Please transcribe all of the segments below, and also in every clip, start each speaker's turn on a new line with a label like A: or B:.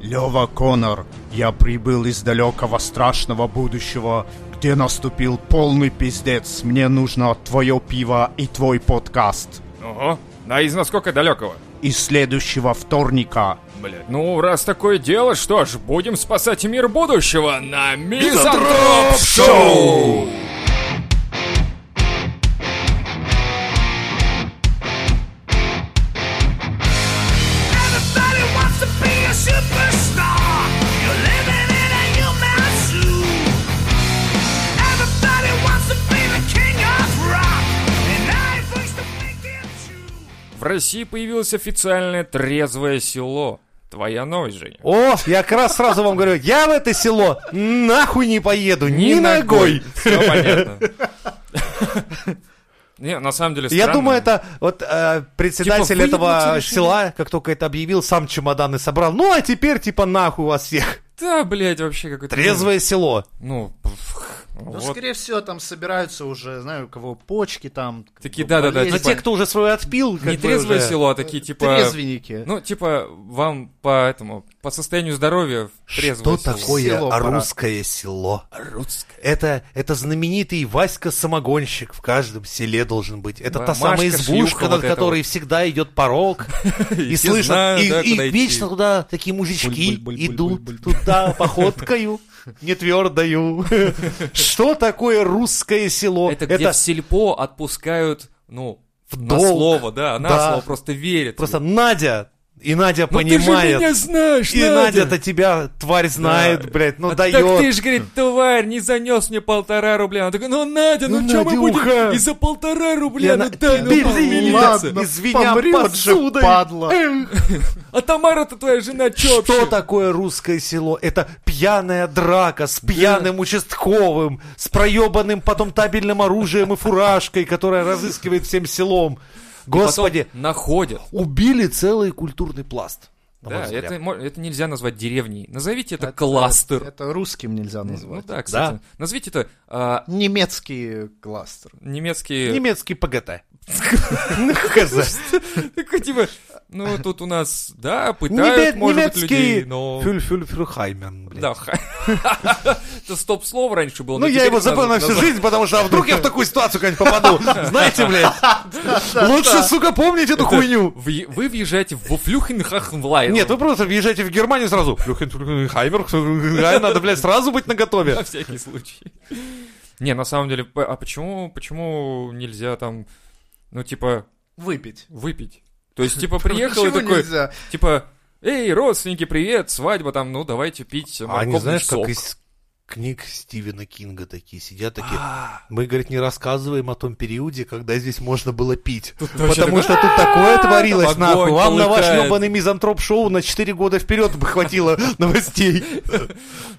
A: Лева Конор, я прибыл из далекого страшного будущего, где наступил полный пиздец. Мне нужно твое пиво и твой подкаст.
B: Ого, а из насколько далекого?
A: И следующего вторника.
B: Блять. Ну, раз такое дело, что ж, будем спасать мир будущего на Мизантроп
C: Мизантроп
B: Шоу!
C: Шоу!
D: Everybody wants to be a superstar. You're living in a human zoo. Everybody wants to be the king of rock, and I wish to make it true.
B: В России появилось официальное трезвое село. Твоя новость, Женя.
C: О, я как раз сразу вам говорю, я в это село нахуй не поеду, ни, ногой.
B: Все понятно. Не, на самом деле
C: Я
B: странно.
C: думаю, это вот э, председатель
B: Типа, вы
C: этого
B: ебнутся, решили.
C: села, как только это объявил, сам чемоданы собрал. Ну, а теперь, типа, нахуй вас всех.
B: Да, блядь, вообще какой-то...
C: Трезвое село.
B: Ну, пф,
A: Ну,
B: вот.
A: скорее всего, там собираются уже, знаю, у кого почки там.
B: Такие, да-да-да,
C: Но
A: болезни.
B: типа,
C: те, кто уже свою отпил, как
B: не
C: бы
B: трезвое
C: уже-
B: село, а такие, типа...
A: Трезвенники.
B: Ну, типа, вам по этому, по состоянию здоровья в а трезвое
C: Что
B: село.
C: такое
A: Село пора.
C: русское село?
B: Русское.
C: Это, это знаменитый Васька-самогонщик в каждом селе должен быть. Это
B: Да,
C: та самая
B: Машка, шлюха
C: избушка, над
B: вот эта
C: которой всегда идет порог. И
B: Я
C: слышно,
B: знаю,
C: и,
B: да,
C: и
B: куда идти.
C: вечно туда такие мужички идут туда походкою, не твердою. Что такое русское село?
B: Это где в сельпо отпускают, ну,
C: В
B: на
C: долг.
B: слово, да, на
C: Да.
B: слово, просто верят.
C: просто Надя. И Надя
B: Ну ты же меня
C: понимает.
B: знаешь,
C: И
B: Надя.
C: Надя-то тебя, тварь, знает,
B: Да.
C: блядь, ну
B: а Так ты
C: дает.
B: же, говорит, тварь, не занес мне полтора рубля. Она такая, ну, Надя, ну,
C: Ну,
B: что мы будем
C: Надюха.
B: из-за полтора
C: И
B: рубля?
C: она-
B: Ну, дай, ну,
C: Блин,
B: помириться.
C: ладно. из меня
A: помрет же,
C: посудой.
A: падла.
B: А Тамара-то твоя жена, чё
C: Что
B: вообще?
C: такое русское село? Это пьяная драка с пьяным участковым, с проебанным потом табельным оружием и фуражкой, которая разыскивает всем селом. Господи,
B: Потом находят.
C: убили целый культурный пласт. на мой
B: Да,
C: взгляд.
B: это, мо- это нельзя назвать деревней. Назовите это, кластер.
A: Это русским нельзя
B: ну
A: назвать.
B: да, кстати. Назовите это а,
A: Немецкий кластер.
B: немецкие...
C: Немецкий ПГТ. Ну, хз.
B: Такой, типа, ну тут у нас, да, пытают,
C: Неме-
B: может быть, людей,
C: Немецкий
B: но...
C: фюльфюльфюрхаймен, блядь.
B: Да, ха- это стоп-слово раньше было.
C: Ну,
B: но
C: я
B: теперь
C: его запомнил на
B: наз-
C: всю
B: наз-
C: жизнь, потому что а вдруг я в такую ситуацию когда-нибудь попаду. Знаете, блядь, лучше, сука, помнить эту хуйню.
B: Вы вы въезжаете в Флюхенхахмлайн.
C: Нет, ну, вы просто въезжаете в Германию сразу. Хаймер, надо, блядь, сразу быть
B: На
C: наготове.
B: всякий случай. Не, на самом деле, п- а почему, почему нельзя там, ну, типа,
A: Выпить.
B: выпить? То есть, типа, приехал и
A: Почему
B: такой,
A: нельзя?
B: типа, эй, родственники, привет, свадьба там, ну, давайте пить
C: А не
B: морковный
C: знаешь,
B: сок.
C: как из книг Стивена Кинга такие сидят, такие, мы, говорит, не рассказываем о том периоде, когда здесь можно было пить.
B: вообще такой,
C: Потому что тут такое творилось,
B: огонь
C: нахуй. Вам на ваш
B: полыхает.
C: ебаный мизантроп-шоу на 4 года вперед бы хватило новостей.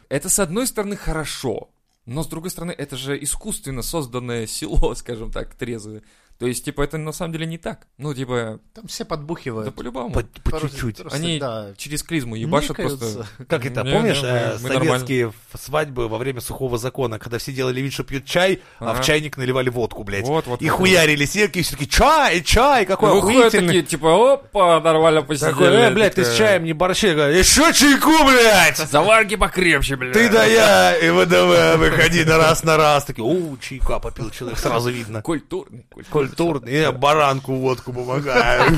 B: Это, с одной стороны, хорошо, но, с другой стороны, это же искусственно созданное село, скажем так, трезвое. То есть, типа, это на самом деле не так. Ну, типа,
A: Там все
B: да
A: подбухивают.
B: по-любому.
C: По по
A: Просто-
C: чуть-чуть.
A: просто,
B: Они
A: да,
B: через клизму ебашат просто.
A: никаются.
C: Как это,
B: Не,
C: помнишь,
B: не,
C: э,
B: мы- мы
C: советские ф- свадьбы во время сухого закона, когда все делали вид, что пьют чай,
B: Ага.
C: а в чайник наливали водку, блядь.
B: Вот, вот,
C: и
B: вот.
C: хуярили серки, и все таки чай, чай, какой
B: Выходят такие,
C: охуительный.
B: типа, опа, нормально посидели.
C: Такой, э, блядь, ты с
B: Такая,
C: чаем не борщи. Еще чайку, блядь!
B: Заварки покрепче, блядь.
C: Ты да я, и ВДВ, выходи на раз на раз. Такие, у, чайка попил человек, сразу видно.
B: Культурный, культурный.
C: Культурный, э, я баранку водку помогаю.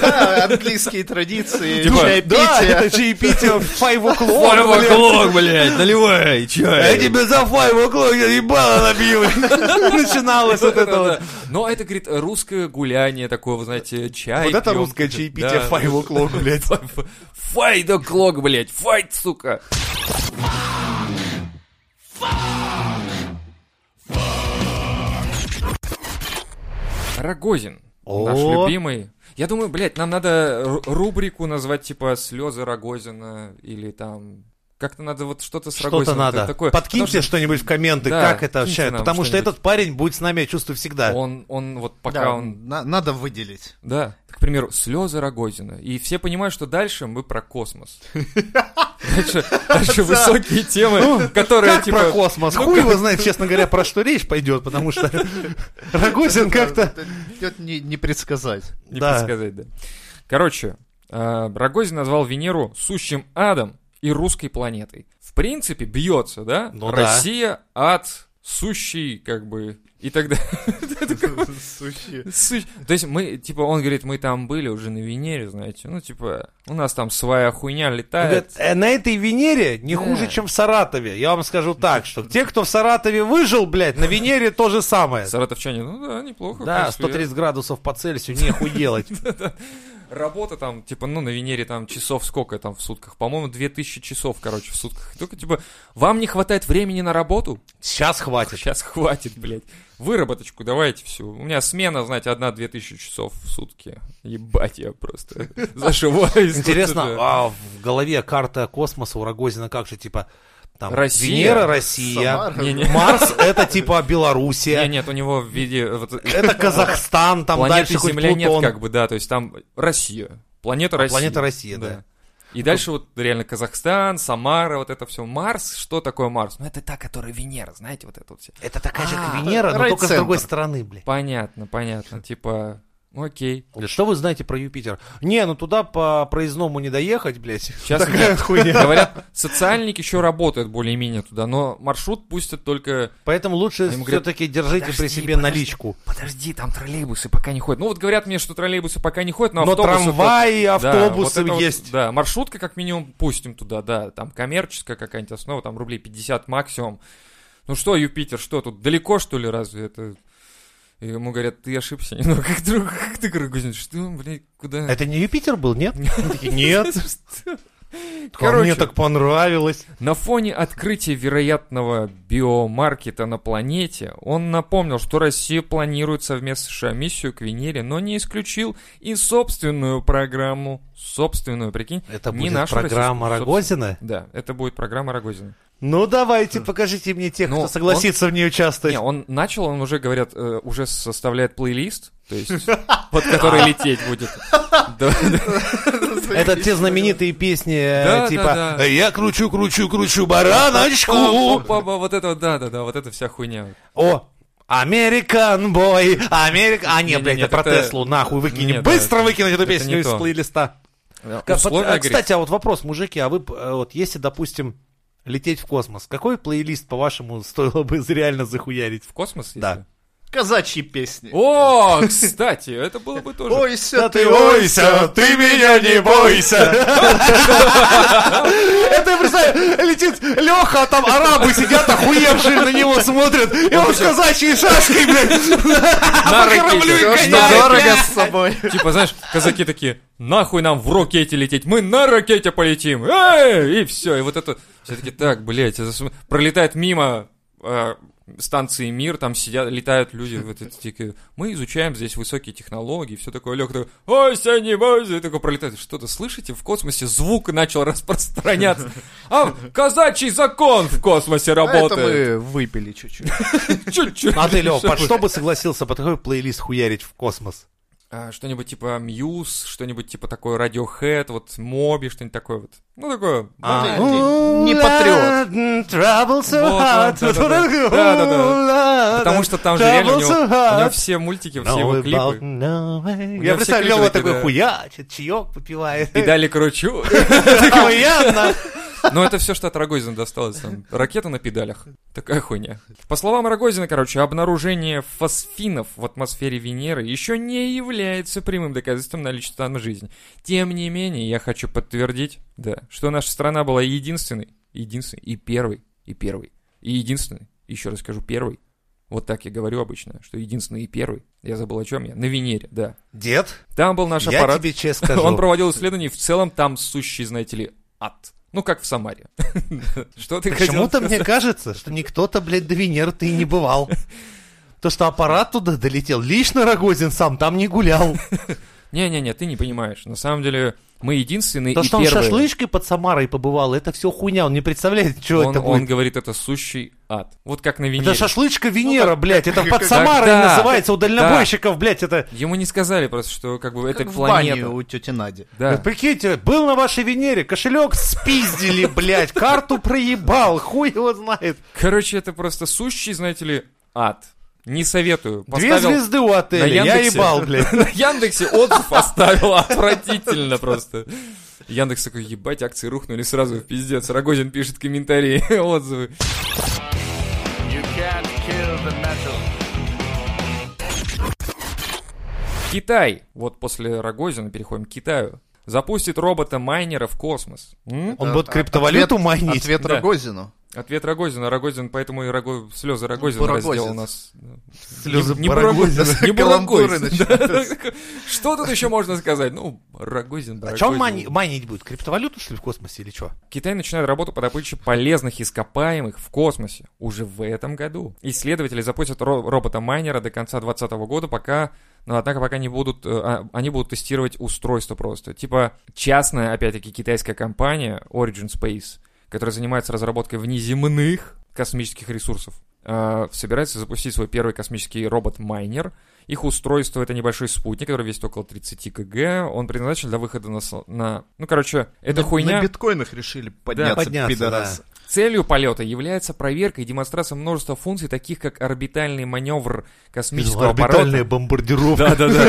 A: Да, английские традиции,
B: Типа,
C: Да,
A: чаепитие.
C: это чаепитие в 5 o'clock,
B: Фарма
C: блядь.
B: клок, блядь, наливай
C: Я
B: чай.
C: тебе за файв o'clock я ебало набью. Начиналось вот это вот.
B: Но это, говорит, русское гуляние такое, вы знаете, чай.
C: Вот это
B: пьём.
C: русское чаепитие
B: Да.
C: файв o'clock, блядь.
B: Ф- Файт o'clock, блядь, файт, сука. Рогозин,
C: О.
B: наш любимый. Я думаю, блядь, нам надо ру- рубрику назвать, типа, «Слезы Рогозина» или там... Как-то надо вот что-то с Рогозином.
C: Что-то надо.
B: Такое.
C: Подкиньте
B: Потому
C: что-нибудь в комменты,
B: Да,
C: как это
B: киньте
C: общается.
B: нам
C: Потому что
B: что-нибудь.
C: этот парень будет с нами, я чувствую,
B: что
C: всегда.
B: Он, он вот пока
A: Да,
B: он...
A: на- надо выделить.
B: Да, к примеру, «Слезы Рогозина». И все понимают, что дальше мы про космос. Дальше, дальше высокие темы, которые
C: Ну, Как про
B: типа...
C: космос? Хуй его знает, честно говоря, про что речь пойдет, потому что Рогозин как-то...
A: Это не, не предсказать.
B: Не
C: Да.
B: предсказать, да. Короче, Э, Рогозин назвал Венеру сущим адом и русской планетой. В принципе, бьется, да?
C: Ну да.
B: Россия, ад, сущий, как бы, и так далее.
A: Сущие.
B: Сыщ- То есть мы, типа, он говорит, мы там были уже на Венере, знаете, ну, типа, у нас там своя хуйня летает.
C: Говорят, «Э, на этой Венере не
B: Да.
C: хуже, чем в Саратове. Я вам скажу так, что те, кто в Саратове выжил, блядь, на Венере то же самое.
B: Саратовчане, ну да, неплохо. в
C: Да,
B: принципе.
C: 130 градусов по Цельсию, нехуй делать.
B: Работа там, типа, ну, на Венере там часов сколько там в сутках? По-моему, 2000 часов, короче, в сутках. Только, типа, вам не хватает времени на работу?
C: Сейчас хватит.
B: Сейчас хватит, блядь. Выработочку давайте всю. У меня смена, знаете, одна-две тысячи часов в сутки. Ебать, я просто зашиваюсь.
C: Интересно,
B: Вот это.
C: а в голове карта космоса у Рогозина как же, типа, там,
B: Россия,
C: Венера, Россия,
A: Самара.
B: Не-не.
C: Марс, это типа Белоруссия,
B: Нет, у него в виде... вот
C: это Казахстан, там
B: Планеты
C: дальше хоть
B: Земля нет,
C: Плутон.
B: как бы, да, то есть там Россия. Планета Россия.
C: планета Россия, да.
B: И дальше вот реально Казахстан, Самара, вот это все. Марс, что такое Марс? Ну это та, которая Венера, знаете, вот это вот все.
C: Это такая же,
B: А,
C: как Венера, но только с
A: райцентр.
C: другой стороны, блядь.
B: Понятно, понятно. Типа, ну окей.
C: Говорит, Что вы знаете про Юпитер? Не, ну туда по проездному не доехать, блядь.
B: Сейчас
C: Такая хуйня.
B: говорят, социальник еще работает более-менее туда, но маршрут пустят только...
C: Поэтому лучше
B: А ему говорят,
C: все-таки держите при
B: «Подожди,
C: себе
B: подожди».
C: наличку.
B: Подожди, там троллейбусы пока не ходят. Ну вот говорят мне, что троллейбусы пока не ходят, но,
C: Но
B: автобусы...
C: трамваи,
B: Да,
C: автобусы
B: вот Ну, а это вот,
C: есть.
B: да, маршрутка как минимум пустим туда, да. Там коммерческая какая-нибудь основа, там рублей 50 максимум. Ну что, Юпитер, что тут, далеко что ли разве это... И ему говорят, ты ошибся немного, как друг, как ты, Рогозин, что, блядь, куда?
C: Это не Юпитер был, нет? Они такие, Нет. А
B: Короче.
C: Мне так понравилось.
B: На фоне открытия вероятного биомаркета на планете, он напомнил, что Россия планирует совместно с США миссию к Венере, но не исключил и собственную программу. Собственную, прикинь.
C: Это
B: не
C: будет
B: нашу
C: программа
B: российскую,
C: Рогозина?
B: собственную. Да, это будет программа Рогозина.
C: Ну давайте, покажите мне тех,
B: Ну,
C: кто согласится в ней участвовать.
B: Не, он начал, он уже, говорят, э, уже составляет плейлист, то есть под который лететь будет. Да,
C: Это те знаменитые песни, э,
B: Да, да,
C: типа
B: да.
C: «Я кручу, кручу, кручу бараночку».
B: Опа, Вот это, да-да-да, вот это вся хуйня.
C: О, Американ бой, Америка... А, нет, блядь,
B: Не-не-не,
C: это про
B: это-
C: Теслу, нахуй, выкинем.
B: Нет, да,
C: Быстро
B: это-
C: выкинуть эту
B: это
C: песню
B: не
C: из
B: то.
C: плейлиста. Как- вот,
B: Условия,
C: а,
B: говорит,
C: Кстати, а вот вопрос, мужики, а вы б, э, вот если, допустим, лететь в космос, какой плейлист, по-вашему, стоило бы реально захуярить?
B: в космос если?
C: Да.
A: Казачьи песни.
B: О, кстати, это было бы тоже.
A: Ойся
C: ты меня не бойся. Это, я представляю, летит Леха, а там арабы сидят, охуевшие на него смотрят, и он с казачьей шашкой, блядь, а
B: На
C: кораблю
B: ракете.
C: и
A: что
C: Гоняй,
A: дорого с собой.
B: Типа, знаешь, казаки такие, нахуй нам в ракете лететь, мы на ракете полетим. Эй! И все, и вот это... Все таки так, блядь, это см- пролетает мимо э, станции Мир, там сидят, летают люди, вот эти такие, мы изучаем здесь высокие технологии, все такое, Лёха такой, ой, Сяня, не бойся», и такой пролетает, что-то слышите, в космосе звук начал распространяться, а казачий закон в космосе
A: А это
B: работает.
A: мы выпили чуть-чуть.
B: Чуть-чуть.
C: А ты, Лев, под что бы согласился под такой плейлист хуярить в космос?
B: А, Что-нибудь типа Мьюз, что-нибудь типа такое Radiohead, вот Моби, что-нибудь такое вот. Ну, такое.
C: А.
B: блядь,
A: Не патриот.
C: Trouble so
B: Вот,
C: hard.
B: вот, да-да-да. Да-да-да. Потому что там же реально у него,
C: Trouble so
B: у него
C: hard.
B: все мультики, все
C: Know
B: его
C: about
B: клипы.
C: no way.
B: него
C: Я
B: все
C: представляю,
B: клипы
C: Лёва
B: такие,
C: такой
B: да.
C: хуячит, чаек попивает.
B: Педали кручу.
C: Охуенно.
B: Но Ну, это все, что от Рогозина досталось. Там. Ракета на педалях. Такая хуйня. По словам Рогозина, короче, обнаружение фосфинов в атмосфере Венеры еще не является прямым доказательством наличия там жизни. Тем не менее, я хочу подтвердить, да, что наша страна была единственной, единственной и первой, и первой, и единственной, еще раз скажу, первой. Вот так я говорю обычно, что единственный и первый. Я забыл о чем я. На Венере, да.
C: Дед,
B: Там был наш
C: я
B: аппарат.
C: тебе честно скажу.
B: Он проводил исследования, и в целом там сущий, знаете ли, ад. Ну, как в Самаре. Что ты хотел
C: Почему-то
B: сказать?
C: мне кажется, что никто-то, блядь, до Венеры ты и не бывал. То, что аппарат туда долетел, лично Рогозин сам там не гулял.
B: Не-не-не, ты не понимаешь. На самом деле, мы единственные
C: То,
B: и
C: что он
B: первые.
C: шашлычкой под Самарой побывал, это все хуйня, он не представляет, что
B: Он,
C: это
B: он
C: будет.
B: говорит, это сущий ад. Вот как на Венере.
C: Это шашлычка Венера, блядь, это под Самарой
B: Ну, да,
C: называется, у
B: да.
C: дальнобойщиков, блядь, это...
B: Ему не сказали просто, что как бы это
A: Как в бане
B: планета.
A: у тети Нади.
B: Да.
C: Прикиньте, был на вашей Венере, кошелек спиздили, блядь, карту проебал, хуй его знает.
B: Короче, это просто сущий, знаете ли, ад. Не советую.
C: Две звезды у отеля,
B: на
C: я
B: Яндексе.
C: ебал, блядь.
B: На Яндексе отзыв оставил отвратительно просто. Яндекс такой, ебать, акции рухнули сразу в пиздец. Рогозин пишет комментарии, отзывы.
D: You can't kill the metal.
B: Китай. Вот после Рогозина переходим к Китаю. Запустит робота-майнера в космос. М?
C: Он будет криптовалюту
E: ответ,
C: майнить.
E: Ответ
B: Да.
E: Рогозину.
B: Ответ Рогозина. Рогозин, поэтому и Рого... слезы Рогозина
E: Бурагозец.
B: раздел нас.
C: Ну, Слезы
B: не
C: барагозина.
B: Бурагозин, не
E: Каламбуры
B: Бурагозин. Да. Что тут еще можно сказать? Ну, Рогозин,
C: А чем
B: Барагозин.
C: майнить будет? Криптовалюту, что ли, в космосе или что?
B: Китай начинает работу по добыче полезных ископаемых в космосе уже в этом году. Исследователи запустят ро- робота-майнера до конца 2020 года, пока, но однако пока не будут, э, а- они будут тестировать устройство просто. Типа частная, опять-таки, китайская компания Origin Space, которая занимается разработкой внеземных космических ресурсов, э, собирается запустить свой первый космический робот-майнер. Их устройство — это небольшой спутник, который весит около 30 кг. Он предназначен для выхода на... сол- на- ну, короче, это
E: На-
B: хуйня...
E: На биткоинах решили подняться,
C: подняться,
E: пидорасы.
B: Целью полета является проверка и демонстрация множества функций, таких как орбитальный маневр космического
C: Орбитальная
B: аппарата,
C: бомбардировка.
B: да-да-да.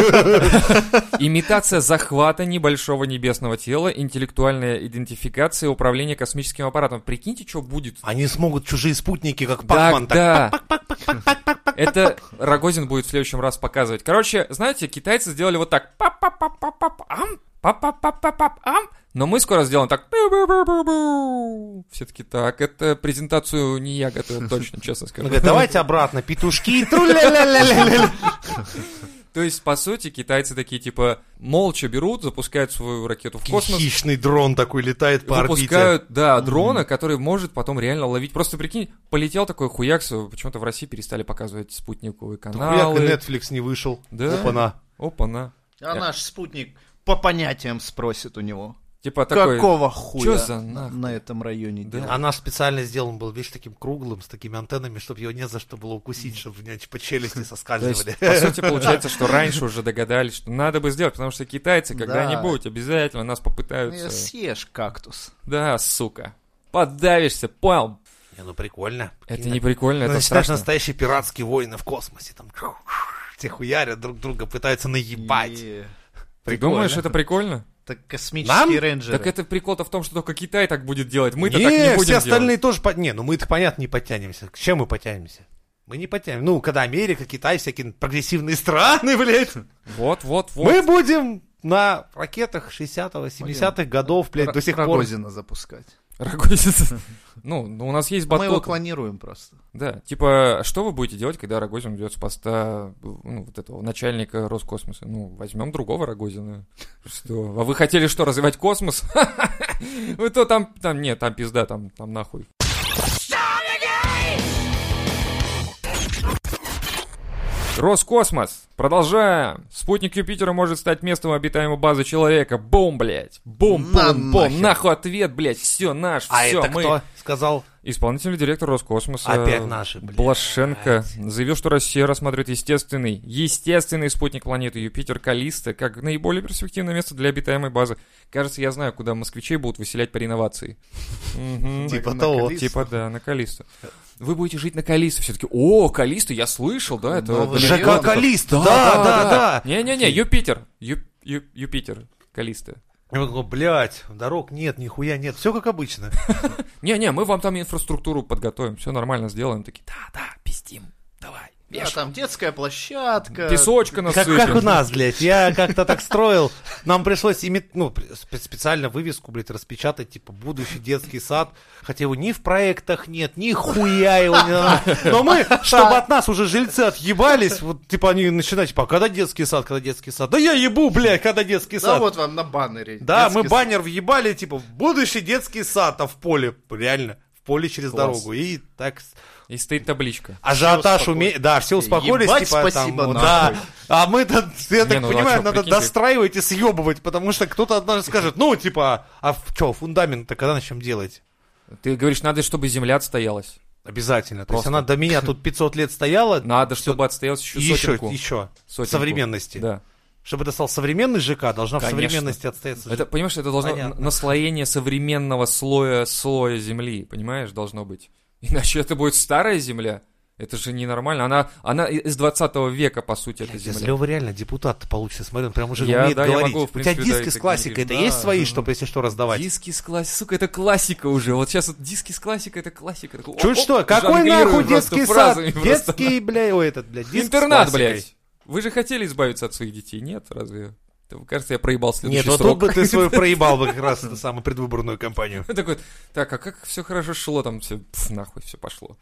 B: имитация захвата небольшого небесного тела, интеллектуальная идентификация и управление космическим аппаратом. Прикиньте, что будет.
C: Они смогут чужие спутники, как
B: Да,
C: Пакман, так
B: да. Это Рогозин будет в следующем раз показывать. Короче, знаете, китайцы сделали вот так. Пап-пап-пап-пап-пап, ам, пап-пап-пап-пап-пап, ам. Но мы скоро сделаем так. Бу-бу-бу-бу-бу. Все таки так. Это презентацию не я готовил, точно, честно
C: Он
B: скажу.
C: говорит, давайте обратно, петушки, тру-ля-ля-ля-ля-ля».
B: То есть, по сути, китайцы такие, типа, молча берут, запускают свою ракету в космос,
C: Хищный дрон такой летает по орбите.
B: выпускают, да, дрона, который может потом реально ловить. Просто прикинь, полетел такой хуяк, с- почему-то в России перестали показывать спутниковые
C: Хуяк и
B: каналы.
C: Netflix не вышел.
B: Да.
C: Опа-на.
B: Опа-на.
E: А наш спутник по понятиям спросит у него.
B: Типа такой...
E: Какого хуя
B: «Чё за
E: на,
B: нахуй?»
E: на этом районе
B: Да.
E: делать?
C: А наш специально сделан был, видишь, таким круглым, с такими антеннами, чтобы его не за что было укусить, чтобы у него по челюсти
B: То есть,
C: соскальзывали.
B: по сути, получается, что раньше уже догадались, что надо бы сделать, потому что китайцы когда-нибудь обязательно нас
E: Ну, я
B: попытаются.
E: Съешь кактус.
B: Да, сука. Подавишься, понял?
C: Не, ну прикольно.
B: Это не прикольно, это
C: Начинаешь
B: страшно.
C: настоящие пиратские войны в космосе. Там те хуярят друг друга, пытаются наебать.
E: И-
B: Ты думаешь, это прикольно?
E: Так космические
C: Нам?
E: рейнджеры.
B: Так это прикол-то в том, что только Китай так будет делать. Мы-то
C: Не,
B: так не будем
C: все
B: делать.
C: остальные тоже... под- Не, ну мы-то, понятно, не подтянемся. К чем мы потянемся? Мы не потянем. Ну, когда Америка, Китай, всякие прогрессивные страны, блядь.
B: Вот, вот, вот.
C: Мы будем на ракетах 60-го, 70-х годов, блядь,
E: Р-
C: до сих пор.
E: Рогозина запускать.
B: Рогозин. Ну, ну, у нас есть
E: Мы его
B: батут.
E: клонируем просто.
B: Да, типа, что вы будете делать, когда Рогозин уйдет с поста ну, вот этого начальника Роскосмоса? Ну, возьмем другого Рогозина. Что? А вы хотели что, развивать космос? Вы то там, там, нет, там пизда, там, там нахуй. Роскосмос. Продолжаем. Спутник Юпитера может стать местом обитаемой базы человека. Бум, блядь. Бум,
E: На
B: бум, бум.
E: нахер.
B: Нахуй ответ, блядь. Все, наш,
C: А
B: все,
C: это
B: мы.
C: кто сказал?
B: Исполнительный директор Роскосмоса
C: Опять наши, блядь.
B: Блашенко заявил, что Россия рассматривает естественный, естественный спутник планеты Юпитер Калиста как наиболее перспективное место для обитаемой базы. Кажется, я знаю, куда москвичей будут выселять по реновации. Мгм.
C: Типа
E: на
C: того.
E: Калис-
B: Типа, да, на Калиста. Вы будете жить на Калисто. Все-таки, о, Калиста, я слышал, да, это...
E: Новый
B: далеко.
C: ЖК
E: Калиста.
C: Калист, а? да, да, да.
B: Не-не-не, Юпитер. Ю- Ю- Юпитер. Калиста.
C: Я говорю, блядь, дорог нет, нихуя нет, все как обычно.
B: Не-не, мы вам там инфраструктуру подготовим, все нормально сделаем. Такие, да-да, пиздим, давай,
E: Да, там детская площадка.
B: Песочка
C: Как,
B: насыпем.
C: как у нас, блядь, я как-то так строил, нам пришлось ими, ну, спе- специально вывеску, блядь, распечатать, типа, будущий детский сад, хотя его ни в проектах нет, ни хуя его не надо. Но мы, чтобы от нас уже жильцы отъебались, вот, типа, они начинают, типа, «А когда детский сад, когда детский сад, да я ебу, блядь, когда детский
E: Да
C: сад.
E: вот вам на баннере.
C: Да,
E: Детский
C: мы баннер въебали, типа, будущий детский сад, а в поле, реально, в поле через
B: Класс. А
C: дорогу. И так... с-
B: И стоит табличка.
C: Ажиотаж
E: успокоились.
C: уме... Да, все успокоились,
E: Ебать,
C: типа,
E: спасибо, нахуй.
C: там, да. А мы-то, я так
B: ну, а
C: понимаю,
B: чё,
C: надо
B: прикиньте.
C: достраивать и съебывать, потому что кто-то однажды скажет, ну, типа, а что, фундамент-то когда начнем делать?
B: Ты говоришь, надо, чтобы земля отстоялась.
C: Обязательно. То есть
B: Просто.
C: она до меня тут 500 лет стояла,
B: Надо, чтобы отстоялась еще
C: и еще,
B: сотенку.
C: еще.
B: Сотенку.
C: Современности.
B: Да.
C: Чтобы это стал современный ЖК, должна
B: Конечно.
C: в современности отстояться.
B: Это, понимаешь, это должно
C: Понятно.
B: н- наслоение современного слоя слоя земли, понимаешь, должно быть. Иначе это будет старая земля. Это же ненормально. Она, она из 20 века, по сути, эта
C: Если
B: земля.
C: Лева реально депутат получится, смотри, он прям уже
B: Я-
C: умеет
B: да, я
C: говорить.
B: могу, в
C: У
B: принципе,
C: тебя
B: да,
C: диски
B: и
C: с
B: так
C: классикой, это
B: говорить.
C: есть
B: Да, ну,
C: свои, чтобы если что раздавать?
B: Диски с классикой. Сука, это классика уже. Вот сейчас вот диски с классикой, это классика. Так, оп,
C: Чуть что,
B: оп,
C: какой
B: жонглирую
C: нахуй
B: просто
C: детский сад?
B: фразами просто.
C: Детский, бля, ой, этот, бля, диск с
B: Интернат,
C: классикой.
B: блядь. Вы же хотели избавиться от своих детей, нет? Разве? Да, Кажется, я проебал следующий
C: Нет, вот тут
B: срок.
C: бы ты свою проебал бы как раз эту самую предвыборную кампанию.
B: Он такой, так, а как все хорошо шло там, все, пф, нахуй все пошло.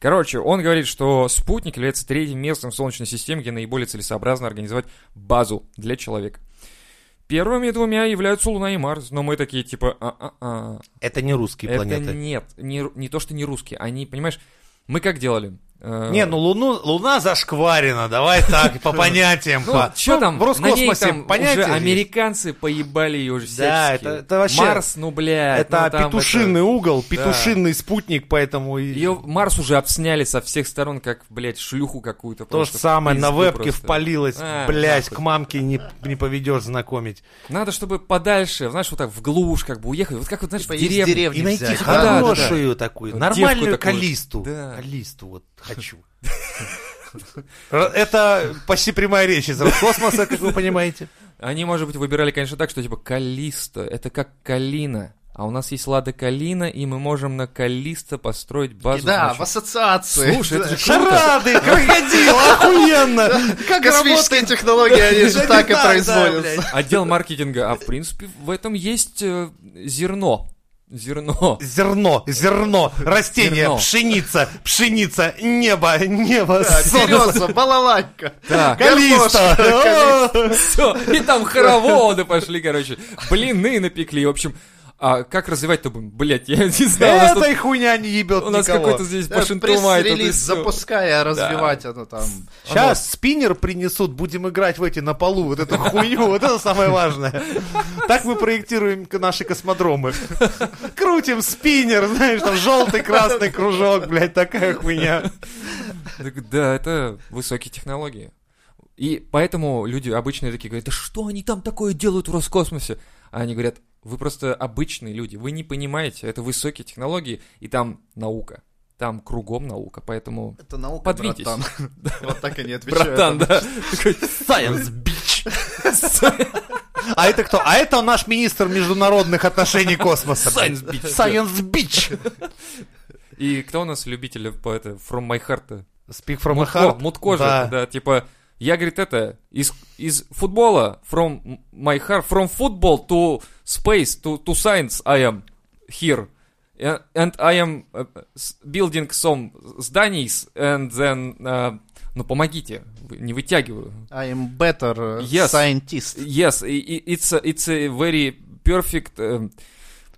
B: Короче, он говорит, что спутник является третьим местом в Солнечной системе, где наиболее целесообразно организовать базу для человека. Первыми двумя являются Луна и Марс, но мы такие типа, а-а-а.
C: Это не русские
B: Это
C: планеты.
B: нет, не, ру- не то, что не русские, они, понимаешь, мы как делали? Э,
C: Не, ну Луну, Луна зашкварена, давай так, по понятиям.
B: Ну,
C: по-
B: чё там,
C: в Роскосмосе
B: на ней там
C: понятия
B: уже
C: есть.
B: американцы поебали ее уже
C: Да,
B: всячески.
C: это- это вообще-
B: Марс, ну, бля.
C: Это петушиный угол,
B: Да.
C: петушиный спутник, поэтому... и-
B: Ее Марс уже обсняли со всех сторон, как, блядь, шлюху какую-то.
C: То
B: просто,
C: же самое,
B: в
C: на
B: пизду
C: вебке
B: просто.
C: впалилось,
B: А,
C: блядь,
B: нахуй.
C: к мамке не, не поведешь знакомить.
B: Надо, чтобы подальше, знаешь, вот так в глушь как бы уехать. Вот как вот, знаешь,
E: Типа
B: в
E: из
B: деревню.
E: деревни
C: И найти
E: взять, да?
B: да, да,
C: хорошую такую,
B: Вот
C: нормальную
B: девку такую.
C: калисту.
B: Да.
C: Калисту вот хочу. Р- Это почти прямая речь из космоса, как вы понимаете.
B: Они, может быть, выбирали, конечно, так, что типа Калиста, это как Калина. А у нас есть Лада Калина, и мы можем на Калиста построить базу.
E: Да,
B: значит.
E: в ассоциации.
B: Слушай, это же круто.
C: Шарады, крокодил, охуенно!
E: Как космические технологии, они же так и
C: Да, да,
E: производятся.
B: Отдел маркетинга. А в принципе, в этом есть э, зерно. Зерно.
C: Зерно, зерно, растение,
B: Зерно.
C: пшеница, пшеница, небо, небо,
E: Да,
C: солнце,
E: Береза, балалайка.
B: Так,
C: калиста.
E: Калиста.
C: О,
B: все. И там хороводы пошли, короче. Блины напекли. В общем, а как развивать-то будем? Блять, я не знаю. у нас
C: Этой хуйня не ебет
B: тут- У нас
C: никого.
B: какой-то здесь башентумай. тут и
E: Пресс-релиз
B: всё.
E: запускай, а развивать оно там.
C: Сейчас спиннер принесут, будем играть в эти на полу, вот эту хуйню, вот это самое важное. Так мы проектируем к- наши космодромы. Крутим спиннер, знаешь, там желтый, красный кружок, блядь, такая хуйня.
B: Так Да, это высокие технологии. И поэтому люди обычные такие говорят, да что они там такое делают в Роскосмосе? А они говорят, вы просто обычные люди, вы не понимаете, это высокие технологии, и там наука. Там кругом наука, поэтому...
E: Это наука,
B: Подвиньтесь.
E: братан. Вот так они отвечают.
B: Братан, да. Такой,
C: Science, бич. А это кто? А это наш министр международных отношений космоса.
B: Science bitch.
C: Science бич.
B: И кто у нас любитель э, по это, From My Heart?
C: Speak from a
B: Мутко,
C: heart.
B: Мутко же, да. типа... Я, говорит, это, из, из футбола, from my heart, from football to space, to, to science I am here. And and I am uh, s- building some зданий, and then... uh, ну, помогите, вы- не вытягиваю.
E: I am better
B: Yes.
E: scientist.
B: Yes, и- и- it's, a, it's a very perfect... эм,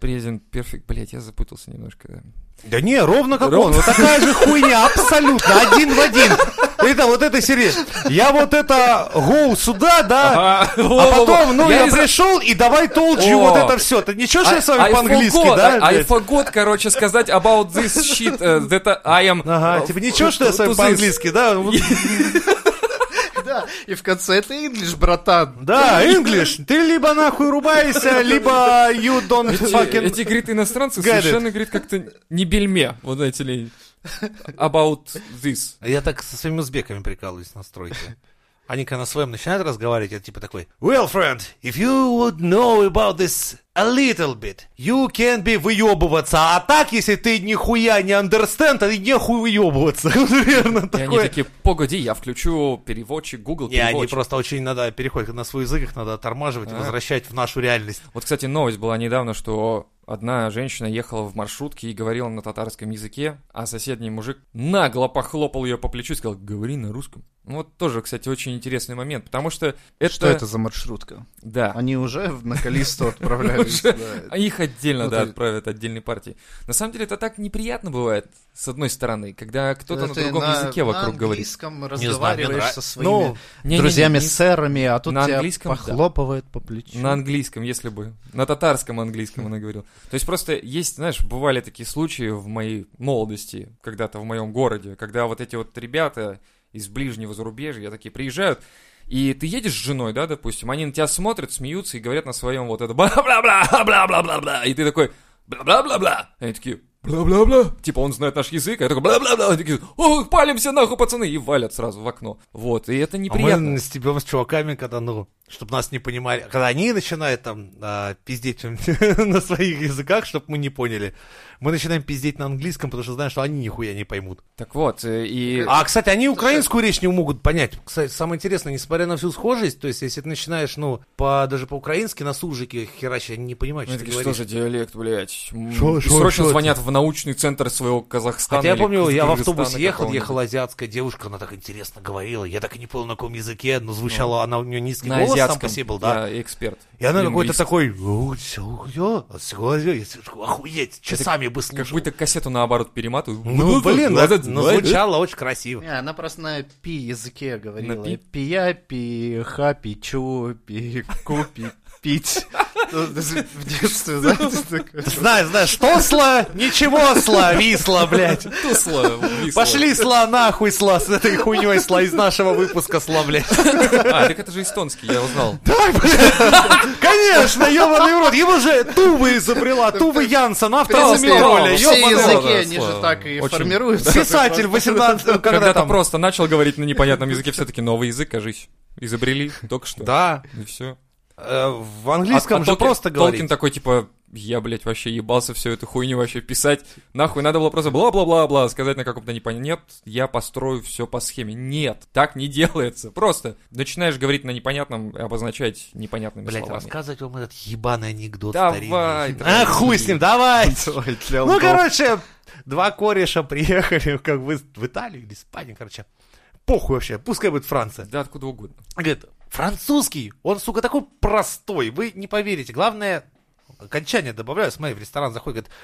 B: Present perfect, блять, я запутался немножко.
C: Да не, ровно как
B: Ровно.
C: он. Вот такая же хуйня, абсолютно, один в один. Это вот это серьезно. Я вот это гоу сюда, да, а потом, ну, я, пришел, и давай told you
B: О. А,
C: вот это все. Ты ничего, что я с
B: I-
C: вами
B: I
C: по-английски,
B: forgot,
C: да?
B: I- I
C: блядь?
B: forgot, короче, сказать about this shit э, that I am...
C: Ага,
B: э,
C: типа ничего, что я с вами
B: to this.
C: по-английски, да? Вот,
E: Да, и в конце это English, братан.
C: Да, English. Ты либо нахуй рубайся, либо you don't
B: Эти,
C: fucking...
B: эти, говорит, иностранцы
C: Get it.
B: совершенно, говорит, как-то не бельме, вот знаете ли, about this.
C: Я так со своими узбеками прикалываюсь на стройке. Они когда на своем начинают разговаривать, я типа такой, Well, friend, if you would know about this a little bit, you can be выебываться. А так, если ты нихуя не understand, то нехуй выебываться. Примерно
B: И они
C: такое.
B: такие, погоди, я включу переводчик, Google
C: Не, они
B: переводчик.
C: просто очень надо переходят на свой язык, их надо тормаживать и
B: А.
C: возвращать в нашу реальность.
B: Вот, кстати, новость была недавно, что одна женщина ехала в маршрутке и говорила на татарском языке, а соседний мужик нагло похлопал ее по плечу и сказал, говори на русском. Ну, Вот тоже, кстати, очень интересный момент, потому что это...
E: Что это за маршрутка?
B: Да.
E: Они уже в- на Калисту отправлялись.
B: Уже.
E: да.
B: А их отдельно,
E: Ну,
B: да,
E: ты-
B: отправят отдельной партии. На самом деле это так неприятно бывает, с одной стороны, когда кто-то на
E: Ты
B: другом языке вокруг
E: Ну, На
B: говорит. Ну,
E: английском
C: знаю, мне
E: разговариваешь
C: нравится.
E: со своими
B: Не-не-не,
E: друзьями,
B: не-
E: сэрами, а тут
B: на
E: тебя
B: английском, да.
E: похлопывает по плечу.
B: На английском, если бы. На татарском английском она говорила. То есть просто есть, знаешь, бывали такие случаи в моей молодости, когда-то в моем городе, когда вот эти вот ребята из ближнего зарубежья такие приезжают, и ты едешь с женой, да, допустим, они на тебя смотрят, смеются и говорят на своем вот это бла-бла-бла, бла-бла-бла-бла, и ты такой бла-бла-бла-бла, они такие, бла-бла-бла. Типа он знает наш язык, а я такой бла-бла-бла. Они такие, о, палимся нахуй, пацаны, и валят сразу в окно. Вот, и это
C: А мы
B: неприятно.
C: стебем с чуваками, когда, ну, чтобы нас не понимали. Когда они начинают там а, пиздеть на своих языках, чтобы мы не поняли. Мы начинаем пиздеть на английском, потому что знаем, что они нихуя не поймут.
B: Так вот, э, и...
C: А, кстати, они украинскую речь не могут понять. Кстати, самое интересное, несмотря на всю схожесть, то есть, если ты начинаешь, ну, по, даже по-украински на суржике херачить, они не понимают,
B: Ну,
C: что ты
B: такие, что
C: говоришь.
B: за диалект, блядь? М,
C: Шо-
B: и
C: шо-
B: Срочно
C: шо
B: звонят в научный центр своего Казахстана.
C: Хотя я
B: или
C: помню, я в автобус
B: Кыргызстана
C: ехал,
B: какого-нибудь.
C: ехала азиатская девушка, она так интересно говорила. Я так и не понял, на каком языке, но звучала она, у нее низкий
B: Ну. На
C: голос сам
B: азиатском.
C: по себе был, да.
B: Я эксперт.
C: И она какой-то
B: Лингвист.
C: такой, «О, всё, я, всё, я», я слышу, охуеть, часами бы
B: Как
C: слушал.
B: будто кассету наоборот перематываю.
C: Ну, блин,
B: это
C: но звучало очень красиво.
E: Не, она просто на пи языке говорила.
B: На пи?
E: Пия, пи, ха, пи, чу, пи, ку, пи, пить. Ну, даже В детстве, знаете, такое.
C: Знаю, знаю, что сла, ничего сла, висла, блядь.
B: Тусло, висло.
C: Пошли сла нахуй сла с этой хуйней сла из нашего выпуска сла, блядь.
B: А, так это же эстонский, я узнал.
C: Давай, блядь. Конечно, ебаный в рот. Его же Тувы изобрела, Тувы Янсен, автор
B: Просто
C: Замироля,
B: все
E: Все
C: ебаный в рот.
B: языки,
E: языки,
B: они
E: они
B: слава.
E: же так и
B: Очень.
E: формируются.
C: Писатель 18 когда,
B: Когда ты
C: там...
B: просто начал говорить на непонятном языке, все-таки новый язык, кажись. Изобрели только что.
C: Да,
B: И все.
C: э, в
B: А,
C: английском же просто
B: Толкин
C: говорит.
B: такой, типа, я, блядь, вообще ебался всю эту хуйню вообще писать. Нахуй, надо было просто бла-бла-бла-бла сказать на каком-то непонятном. Нет, я построю все по схеме. Нет, так не делается. Просто начинаешь говорить на непонятном и обозначать непонятными
C: Блять,
B: словами.
C: рассказывать вам этот ебаный анекдот
B: Давай,
C: старинный.
B: давай.
C: А, хуй с ним, давай.
E: Ой, для
C: Ну,
E: лбов.
C: короче, два кореша приехали как бы в Италию или Испанию, короче. Похуй вообще, пускай будет Франция.
B: Да откуда угодно.
C: Говорит, французский, он, сука, такой простой, вы не поверите. Главное, окончание добавляю, смотри, в ресторан заходит, говорит,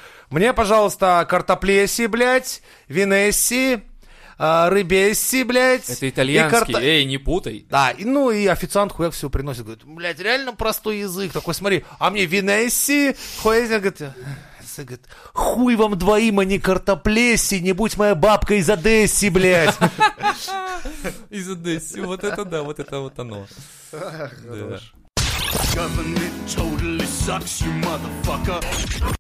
C: мне, пожалуйста, картоплеси, блядь, винесси, а, рыбесси, блядь.
B: Это
C: и
B: итальянский,
C: карта-
B: эй, не путай.
C: да, и, ну и официант хуяк все приносит. Говорит, блядь, реально простой язык. Такой, смотри, а мне Винесси, хуяк, говорит, «Э, говорит, хуй вам двоим, а не картоплеси, не будь моя бабка из Одесси, блядь.
B: Из Одессы, вот это да, вот это вот оно. Да.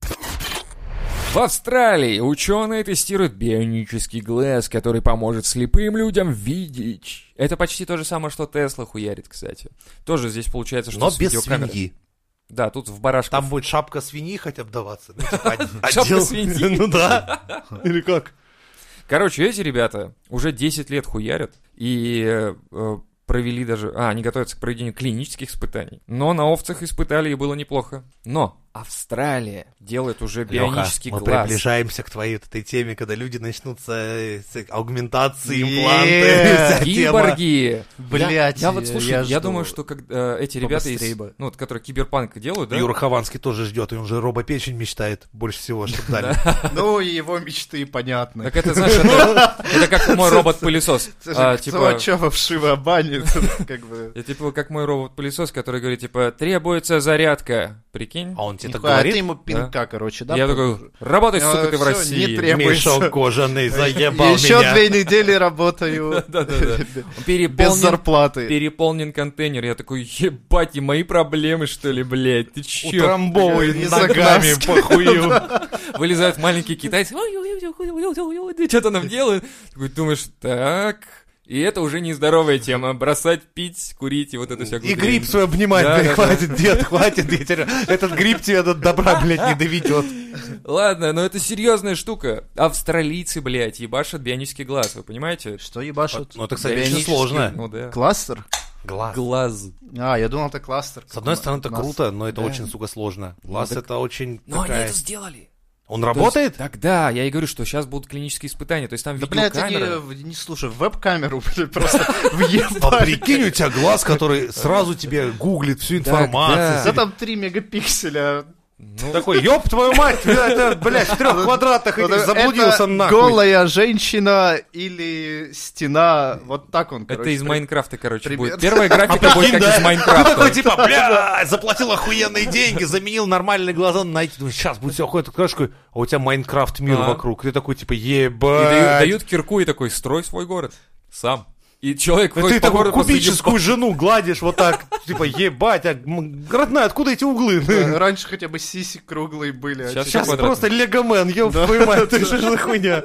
B: В Австралии ученые тестируют бионический глаз, который поможет слепым людям видеть. Это почти то же самое, что Тесла хуярит, кстати. Тоже здесь получается, что
C: Но
B: с
C: без
B: видеокамерой.
C: свиньи.
B: Да, тут в барашку.
C: Там будет шапка свиньи хотя бы даваться. Ну, типа, от-
B: Шапка
C: отдел-
B: свиньи.
C: Ну да. Или как?
B: Короче, эти ребята уже 10 лет хуярят и э, э, провели даже... А, они готовятся к проведению клинических испытаний. Но на овцах испытали, и было неплохо. Но Австралия делает уже бионический
C: мы
B: глаз.
C: приближаемся к твоей вот этой теме, когда люди начнутся э, с аугментации,
E: Е-е-е.
C: импланты. вся тема.
B: Киборги!
E: Блядь,
B: я, я вот
E: я-
B: слушай, я,
E: я жду.
B: думаю, что когда, э, эти ребята, из,
E: Побыстрей бы.
B: ну вот, которые киберпанк делают, да?
C: Юра Хованский тоже ждет, и он же робопечень мечтает больше всего, чтобы дали.
E: Ну, и его мечты понятны.
B: Так это, знаешь, это, это как мой робот-пылесос.
E: Это
B: А,
E: же
B: типа,
E: Золочёва вшивая баня, это как бы...
B: я, типа как мой робот-пылесос, который говорит, типа, требуется зарядка. Прикинь?
C: А он тебе так
E: А ты
C: говорит,
E: ему пинка, короче, да?
B: я такой, работай,
E: Ну,
B: сука, ты в
E: всё,
B: России.
E: не требуй.
C: мешок кожаный, заебал
E: Еще
C: меня.
E: две недели работаю.
B: Да-да-да.
E: Без
B: Переполнен,
E: зарплаты.
B: переполнен контейнер. Я такой, ебать, и мои проблемы, что ли, блядь? Ты чё?
C: Утрамбовый
E: Из
C: ногами
E: Огнанска.
C: похую.
B: Вылезают маленькие китайцы. Что-то нам делают. Такой, думаешь, так... И это уже нездоровая тема. Бросать пить, курить и вот это всякое.
C: И грипп свой обнимать,
B: Да,
C: блядь,
B: да, да.
C: хватит, дед, хватит. я тебя- Этот грипп тебя до добра, блядь, не доведет.
B: Ладно, но это серьезная штука. Австралийцы, блядь, ебашат бионический глаз, вы понимаете?
E: Что ебашут?
C: Ну, это, кстати, очень
E: Бионический.
C: сложно.
B: Ну да.
E: Кластер?
C: Глаз.
B: Глаз.
E: А, я думал, это кластер.
C: С одной стороны, это
E: Нас-
C: круто, но это
E: Да.
C: очень, сука, сложно. Глаз Ну, это очень
B: Но они
C: такая...
B: это сделали.
C: Он
B: То есть-
C: работает?
B: Так, да, я и говорю, что сейчас будут клинические испытания. То есть там
E: Да, блядь, они,
B: видеокамеры.
E: э, не слушай, в веб-камеру, блядь, просто
C: А
E: въебали.
C: прикинь, у тебя глаз, который сразу тебе гуглит всю информацию.
E: Да там 3 мегапикселя.
B: Ну,
C: Такой, ёб твою мать, это, блядь, в трех квадратах
E: Вот
C: этих
E: ну, это
C: заблудился нахуй.
E: голая женщина или стена. Вот так он,
B: это
E: короче,
B: из
E: при-
B: Майнкрафта, короче,
E: привет.
B: будет. Первая графика будет
C: Прикинь,
B: как из
C: А да? Ты такой,
B: Майнкрафта.
C: типа, бля, заплатил охуенные деньги, заменил нормальные глаза на эти. Ну, сейчас будет все охуенно. Ты говоришь, такой, а у тебя Майнкрафт мир
B: А.
C: вокруг. Ты такой, типа,
B: И дают,
C: ебать.
B: дают кирку и такой, строй свой город. Сам. И человек
C: И
B: ходит
C: ты
B: по
C: такую
B: городу посреди
C: кубическую жену гладишь вот так, типа, ебать, а, м, родная, откуда эти углы?
E: э, Раньше хотя бы сиси круглые были. а
B: Щас
E: теперь-
C: Сейчас
B: квадратный.
C: просто легомен, ёб твою мать, ты что ж за хуйня?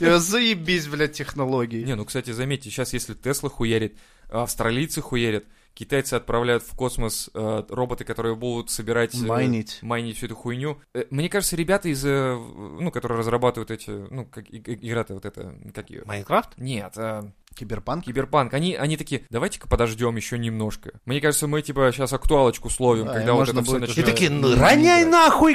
E: Я, э, Заебись, блядь, технологии.
B: Не, ну, кстати, заметьте, сейчас если Тесла хуярит, австралийцы хуярят, китайцы отправляют в космос э, роботы, которые будут собирать... э,
E: Майнить.
B: майнить всю эту хуйню. Э, Мне кажется, ребята из... э, в- Ну, которые разрабатывают эти... Ну, как и- и- игра-то вот эта... Как ее?
C: Майнкрафт?
B: Нет, э,
E: Киберпанк?
B: Киберпанк. Они, они такие, давайте-ка подождем еще немножко. Мне кажется, мы типа сейчас актуалочку словим,
E: Да, и
B: когда вот
E: можно
B: это все
E: будет
C: И
E: уже-
B: начнет.
C: такие, ну, роняй нахуй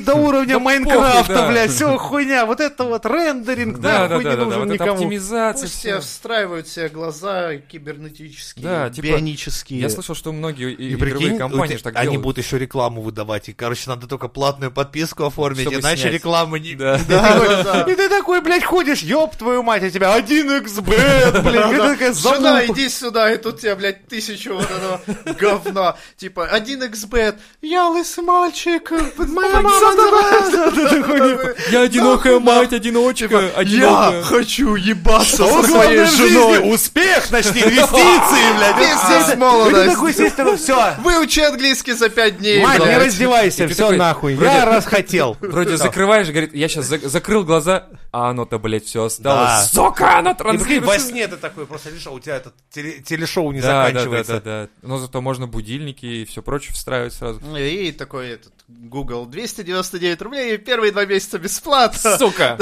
C: до уровня
B: похуй,
C: Майнкрафта,
B: да.
C: блядь, все хуйня, вот это вот рендеринг,
B: Да, да,
C: нахуй
B: да,
C: не
B: да, да,
C: нужен
B: вот эта
C: никому.
B: оптимизация.
E: Пусть все
B: всё.
E: встраивают себе глаза кибернетические,
B: Да, типа,
E: бионические.
B: Я слышал, что многие и-
C: И
B: игровые
C: прикинь,
B: компании
C: вот
B: ж так
C: они
B: делают.
C: будут еще рекламу выдавать. И, короче, надо только платную подписку оформить,
B: Чтобы
C: иначе
B: снять.
C: рекламы не...
B: Да.
E: Да, да, да.
C: И ты такой, блядь, ходишь, ёб твою мать, а тебя 1xbet, блядь, и ты такая
E: Жена,
C: залупа.
E: иди сюда, и тут тебе, блядь, тысячу вот этого говна. Типа, 1xbet, я лысый мальчик, моя мама
C: Да, да, да, ты такой,
E: такой,
B: Я одинокая мать,
C: Типа,
B: одиночка,
E: Я
B: одинокая.
E: хочу ебаться
C: «Что
E: со своей
C: А главное в жизни?
E: женой.
C: Успех, значит, инвестиции, блядь.
E: Пиздец,
C: А, И ты
E: молодость.
C: такой, сестра, все,
E: Выучи английский за пять дней,
C: мать, не
E: блядь.
C: раздевайся,
B: И ты
C: все
B: такой,
C: нахуй.
B: вроде-
C: Я раз хотел.
B: Вроде закрываешь, говорит, я сейчас закрыл глаза, а оно-то, блядь, все осталось. Сука, оно
C: И прикинь, во
B: транслируется.
C: сне ты такой просто лишь, а у тебя этот теле- телешоу не
B: Да, да, да, да,
C: заканчивается.
B: да. Но зато можно будильники и все прочее встраивать сразу.
E: И такой этот Google 299 рублей, первые два месяца бесплатно.
B: Сука!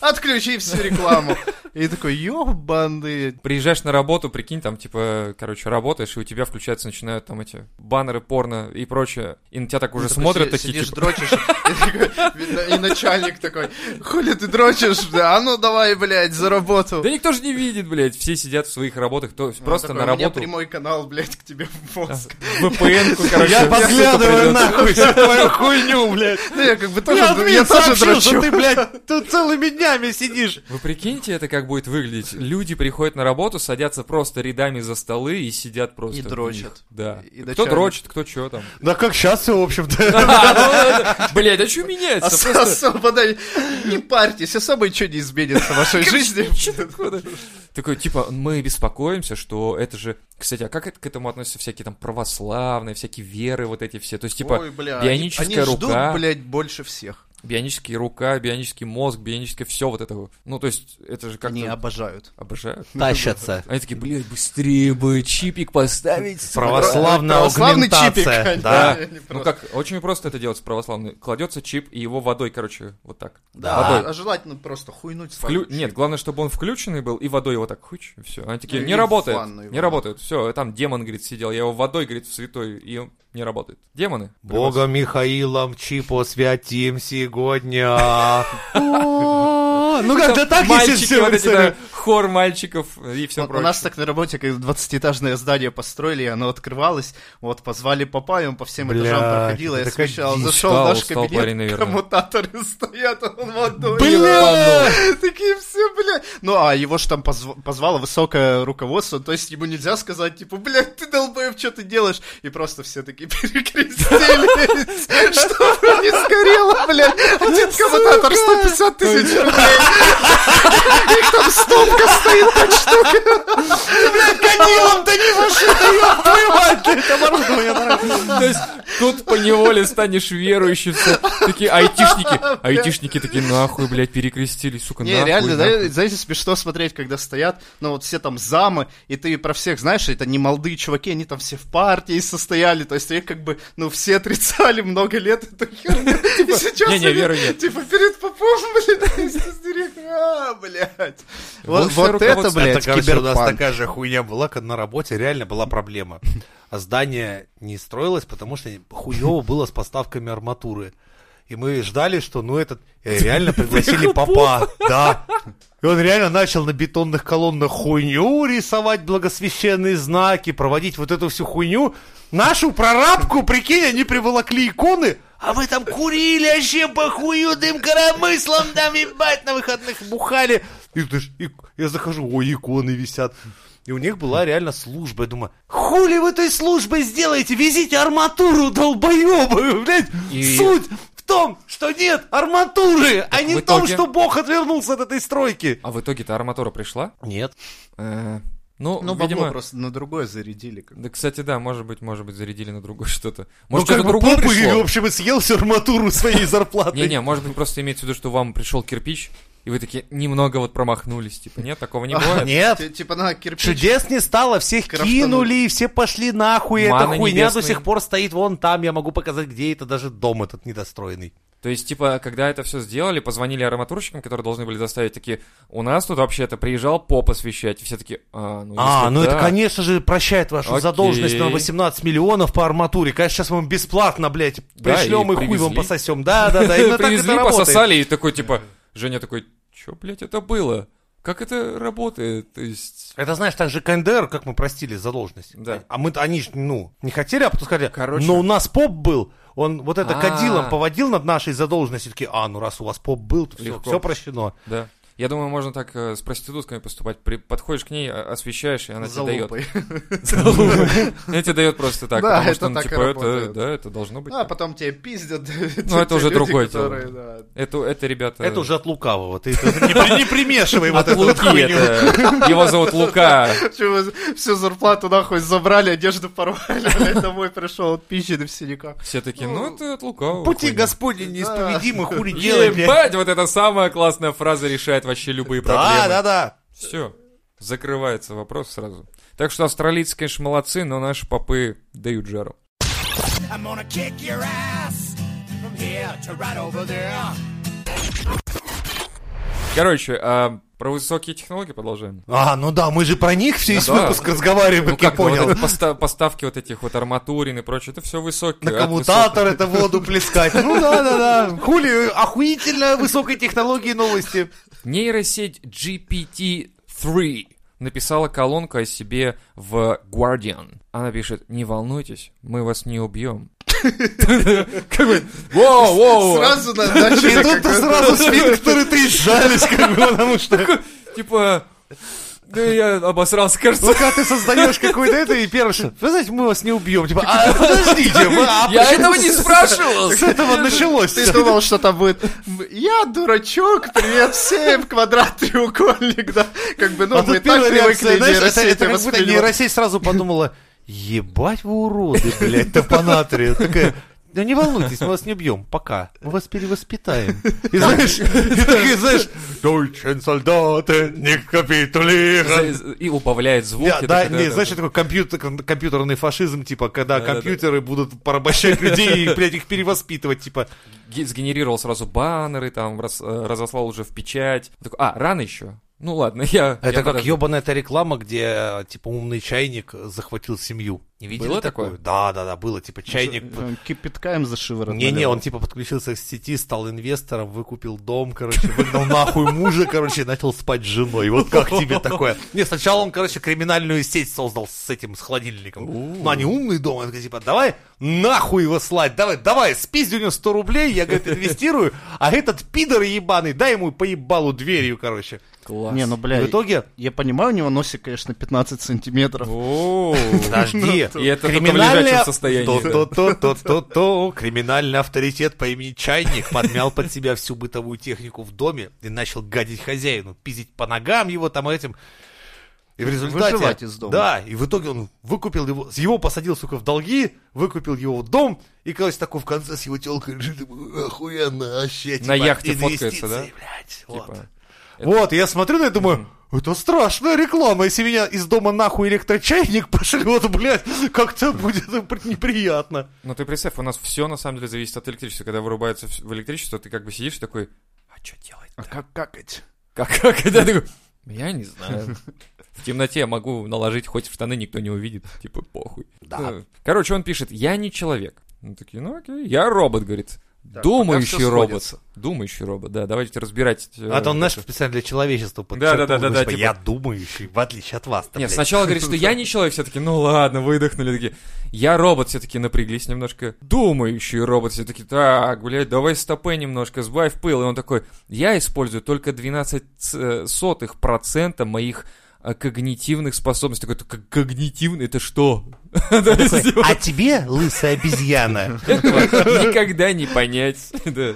E: Отключи всю рекламу. И такой, ебаный.
B: Приезжаешь на работу, прикинь, там, типа, короче, работаешь, и у тебя включаются, начинают там эти баннеры, порно и прочее. И на тебя так уже смотрят такие,
E: Ну, Сидишь,
B: типа,
E: дрочишь. И такой, видно, И начальник такой, хули ты дрочишь? Да, А ну давай, блядь, за работу.
B: да никто же не видит, блядь, все сидят в своих работах, то есть
E: Он
B: просто
E: Ну, такой,
B: на
E: «У меня
B: работу.
E: прямой канал, блядь, к тебе в мозг.
B: VPN-ку, короче.
C: Я
B: всё это
C: подглядываю
B: придёт.
C: нахуй всю твою хуйню, блядь.
E: Ну, я как бы тоже,
C: Я админ
E: я тоже
C: сообщил, что
E: дрочу.
C: ты, блядь, тут целыми днями сидишь.
B: Вы прикиньте, это как будет выглядеть. Люди приходят на работу, садятся просто рядами за столы и сидят просто.
E: И
B: в них.
E: дрочат.
B: Да.
E: И- и
B: кто
E: начальник.
B: дрочит, кто чё там.
C: Да как сейчас все, в общем-то.
B: Блять, а что меняется?
E: Ос- Особо, да, не парьтесь, особо ничего не изменится в вашей жизни.
B: Чё такое? Такой, типа, мы беспокоимся, что это же... Кстати, а как это, к этому относятся всякие там православные, всякие веры вот эти все? То есть, типа,
E: Ой, бля,
B: бионическая
E: они, они
B: рука.
E: ждут, блядь, больше всех.
B: бионические рука, бионический мозг, бионическое все вот это. Ну, то есть, это же как-то...
E: Они обожают.
B: Обожают.
C: Тащатся.
B: Они такие, блядь, быстрее бы чипик поставить. сука».
C: А Православная
E: Православный чипик,
C: аугментация.
E: они,
C: Да.
E: да, они
B: Ну
E: просто-
B: как, очень просто это делать с православной. Кладется чип и его водой, короче, вот так.
C: Ну,
E: Да,
B: Водой.
E: а желательно просто хуйнуть
B: Вклю-
E: свою
B: Нет, главное, чтобы он включенный был, и водой его так хуч, и все. Они такие,
E: Ну,
B: не
E: и в
B: работает,
E: ванну его,
B: не
E: да.
B: работает. Все, там демон, говорит, сидел, я его водой, говорит, в святой, и он не работает. Демоны?
C: Бога Михаилом Чипо святим сегодня. О, Ну как, да так если
B: Мальчики,
C: все
B: вот эти, да,
C: представляю.
B: хор мальчиков и все
E: У
B: прочее.
E: нас так на работе, как 20-этажное здание построили, и оно открывалось, вот, позвали папа, и он по всем
C: Блядь,
E: этажам проходил, я
C: это
E: смещал,
C: как
E: зашел
B: дичь.
E: в наш
B: Устал, устал парень,
E: кабинет,
B: наверное.
E: коммутаторы стоят, а он в одной.
C: Бля!
E: Такие все, бля. Ну, а его ж там позв- позвало высокое руководство, то есть ему нельзя сказать, типа, блядь, ты долбоеб, что ты делаешь? И просто все такие перекрестились, чтобы не сгорело, блядь. Один коммутатор 150 тысяч рублей. Их там стопка стоит по штуке.
C: Канилом-то не зашито, ёб твою мать, ты это оборудование нравится.
B: То есть тут по неволе станешь верующим. всё. Такие айтишники. Айтишники такие, нахуй, блядь, перекрестились, сука,
E: Не,
B: нахуй,
E: реально,
B: нахуй».
E: да, знаете, смешно смотреть, когда стоят, ну вот все там замы, и ты про всех знаешь, это не молодые чуваки, они там все в партии состояли, то есть их как бы, ну все отрицали много лет эту херню, и сейчас
B: Типа, не-не, веры
E: они,
B: нет.
E: типа, перед попом, блядь, с директора, а, блядь. Вот
B: Высшее
E: вот это,
B: руководство.
E: блядь,
C: Это, короче, у нас
E: киберпанк.
C: такая же хуйня была, когда на работе реально была проблема. А здание не строилось, потому что хуево было с поставками арматуры. И мы ждали, что ну этот... э, Реально пригласили папа, да. И он реально начал на бетонных колоннах хуйню рисовать, благосвященные знаки, проводить вот эту всю хуйню. Нашу прорабку, прикинь, они приволокли иконы, а мы там курили вообще по хую дым коромыслом, там ебать на выходных бухали. И ты ж, и- я захожу, ой, иконы висят. И у них была реально служба. Я думаю, хули вы той службой сделаете? Везите арматуру долбоебую, блядь.
B: И-
C: Суть в том, что нет арматуры, а не
B: в
C: в том,
B: итоге-
C: что Бог отвернулся от этой стройки.
B: А в итоге-то арматура пришла?
C: Нет.
B: Э, Ну,
E: Ну, бабло
B: видимо...
E: просто на другое зарядили. как бы.
B: Да, кстати, да, может быть, может быть, зарядили на другое что-то.
C: Ну,
B: Может,
C: как
B: что-то
C: бы
B: другое
C: попу,
B: пришло?
C: в общем, и съел всю арматуру своей зарплаты.
B: Не-не, может быть, просто имеется в виду, что вам пришел кирпич, и вы такие немного вот промахнулись. Типа, нет, такого не бывает.
C: А, Нет,
E: Т- Типа на кирпич.
C: чудес не стало, всех
E: Крафтанули.
C: кинули, все пошли нахуй, эта
B: Маны
C: хуйня до
B: небесные.
C: сих пор стоит вон там, я могу показать, где это, даже дом этот недостроенный.
B: То есть, типа, когда это все сделали, позвонили арматурщикам, которые должны были доставить, такие, у нас тут вообще-то приезжал поп освещать. И все такие, а, ну
C: А,
B: если
C: ну это,
B: да».
C: конечно же, прощает вашу
B: Окей.
C: задолженность на 18 миллионов по арматуре. Конечно, сейчас мы вам бесплатно, блядь,
B: Да, и
C: пришлем и, хуй вам
B: привезли.
C: пососем. Да, да, да, именно так это
B: Привезли,
C: работает.
B: пососали, и такой, типа, Женя такой, что, блядь, это было? Как это работает? То есть...
C: Это, знаешь, так же КНДР, как мы простили задолженность.
B: Да.
C: А мы-то, они ж, ну, не хотели, а потом сказали,
B: Короче.
C: но у нас поп был. Он вот это
B: А.
C: кадилом поводил над нашей задолженностью. Такие, а, ну раз у вас поп был, то все,
B: Легко.
C: все прощено.
B: Да. Я думаю, можно так э, с проститутками поступать. При- подходишь к ней, а- освещаешь, и она
E: За
B: тебе дает.
E: лупой.
B: Она тебе дает просто так,
E: Да,
B: потому
E: это
B: что, ну,
E: так и
B: типа, это,
E: работает.
B: да, это должно быть.
E: А
B: так.
E: потом тебе пиздят.
B: Ну, это уже другое дело.
E: дело.
B: Это, это, ребята...
C: Это уже от лукавого. Ты это не при- не примешивай вот
B: от
C: эту вот
B: Луки,
C: хуйню.
B: это... Его зовут Лука.
E: Всю зарплату нахуй забрали, одежду порвали, блядь, домой пришел отпищенный в синяках.
B: Все такие, ну, это от Лука.
C: Пути Господни неисповедимы, хули делай, блядь.
B: Ебать, вот это самая классная фраза решает вообще любые проблемы.
C: Да, да, да.
B: Все. Закрывается вопрос сразу. Так что австралийцы, конечно, молодцы, но наши попы дают жару.
D: I'm gonna kick your ass from here to right over there.
B: Короче, а про высокие технологии продолжаем.
C: А, ну да, мы же про них все весь
B: Да.
C: выпуск разговариваем,
B: Ну
C: как я
B: как, ну, вот
C: понял.
B: это поста- поставки вот этих вот арматурин и прочее, это все высокие.
C: На
B: от
C: коммутатор это воду плескать. Ну да, да, да. Хули, охуительно высокой технологии новости.
B: Нейросеть GPT-3 написала колонку о себе в Guardian. Она пишет, не волнуйтесь, мы вас не убьем. Как бы, воу, воу.
E: Сразу на-
C: И
E: начали
C: тут
E: как-то-
C: сразу спектры ты сжались, как бы, потому что...
B: Типа, да я обосрался, кажется.
C: Ну, когда ты создаешь какой-то это, и первое, что, вы знаете, мы вас не убьем. Типа, а подождите, вы- а
B: Я
C: почему
B: этого не спрашивал.
C: С этого началось.
E: Ты думал, что там будет «Я дурачок, привет всем, квадрат, треугольник», да? Как бы, ну,
C: А
E: мы
C: тут
E: и так
C: первая
E: привыкли
C: реакция,
E: к
C: знаешь, это,
E: нейросети
C: это как будто
E: воспринимать.
C: нейросеть сразу подумала, ебать вы уроды, блядь, топонатрия. Такая, да не волнуйтесь, мы вас не бьем, пока. Мы вас перевоспитаем. И знаешь, и такие, знаешь, «Дойчен солдаты, не капитулирован».
B: И убавляет звук.
C: Я-
B: Я
C: да,
B: такой,
C: не,
B: да,
C: знаешь,
B: да.
C: такой компьютер, кон- компьютерный фашизм, типа, когда
B: да.
C: компьютеры будут порабощать людей и, блядь, их перевоспитывать, типа.
B: Ги- сгенерировал сразу баннеры, там, раз- э, разослал уже в печать. Такой, а, рано еще? Ну ладно, я... я
C: А Это как
B: подожду.
C: ебаная эта реклама, где, типа, умный чайник захватил семью. Не видели
B: Было
C: такое?
B: такое?
C: Да, да, да, было, типа, чайник...
E: Там Кипятка им за шиворот.
C: Не-не,
E: налил.
C: он типа подключился к сети, стал инвестором, выкупил дом, короче, выгнал нахуй мужа, короче, и начал спать с женой. Вот как тебе такое? Не, сначала он, короче, криминальную сеть создал с этим, с холодильником. Ну, они умные дома, он такой, типа, давай нахуй его слать, давай, давай, спизди у него 100 рублей, я, говорит, инвестирую, а этот пидор ебаный, дай ему поебалу дверью, короче.
B: Класс.
E: Не, ну,
C: И
E: бля,
C: типа в итоге...
E: я понимаю, у него носик, конечно, 15 сантиметров.
B: Оу.
C: Подожди,
B: И это только в лежачем состоянии.
C: То-то-то-то-то. Криминальный авторитет по имени Чайник подмял под себя всю бытовую технику в доме и начал гадить хозяину, пиздить по ногам его там этим. И в результате...
E: Выживать из дома.
C: Да, и в итоге он выкупил его, его посадил, сука, в долги, выкупил его в дом, и, короче, такой в конце с его телкой лежит, ему, охуенно, вообще,
B: На
C: типа,
B: яхте фоткается,
C: инвестиции,
B: да?
C: блядь, вот.
B: Типа,
C: Вот, я смотрю на это и думаю, это страшная реклама, если меня из дома нахуй электрочайник пошлет, блядь, как-то будет неприятно.
B: Ну ты представь, у нас все на самом деле зависит от электричества. Когда вырубается вс- в электричество, ты как бы сидишь такой, а что делать?
E: А как какать?
B: Как, как это? Я такой, я не знаю. В темноте я могу наложить хоть в штаны, никто не увидит. Типа, похуй.
C: Да.
B: Короче, он пишет, я не человек. Ну такие, ну окей, я робот, говорит.
E: Так, пока
B: Думающий
E: всё
B: робот.
E: сходится.
B: Думающий робот, да, давайте разбирать. э,
C: А то он, знаешь,
B: это.
C: специально для человечества
B: Да, да, да, да,
C: подчеркнул,
B: да,
C: типа,
B: типа-
C: я думающий, в отличие от вас.
B: Нет, сначала говорит, что я не человек, все таки ну ладно, выдохнули такие. Я робот, все таки напряглись немножко. Думающий робот, все таки так, блядь, давай стопы немножко, сбавь пыл. И он такой, я использую только 12 ц- э, сотых процента моих э, когнитивных способностей. Такой, «Ко- когнитивный, это что? То есть,
C: А тебе, лысая обезьяна,
B: этого никогда не понять. Да.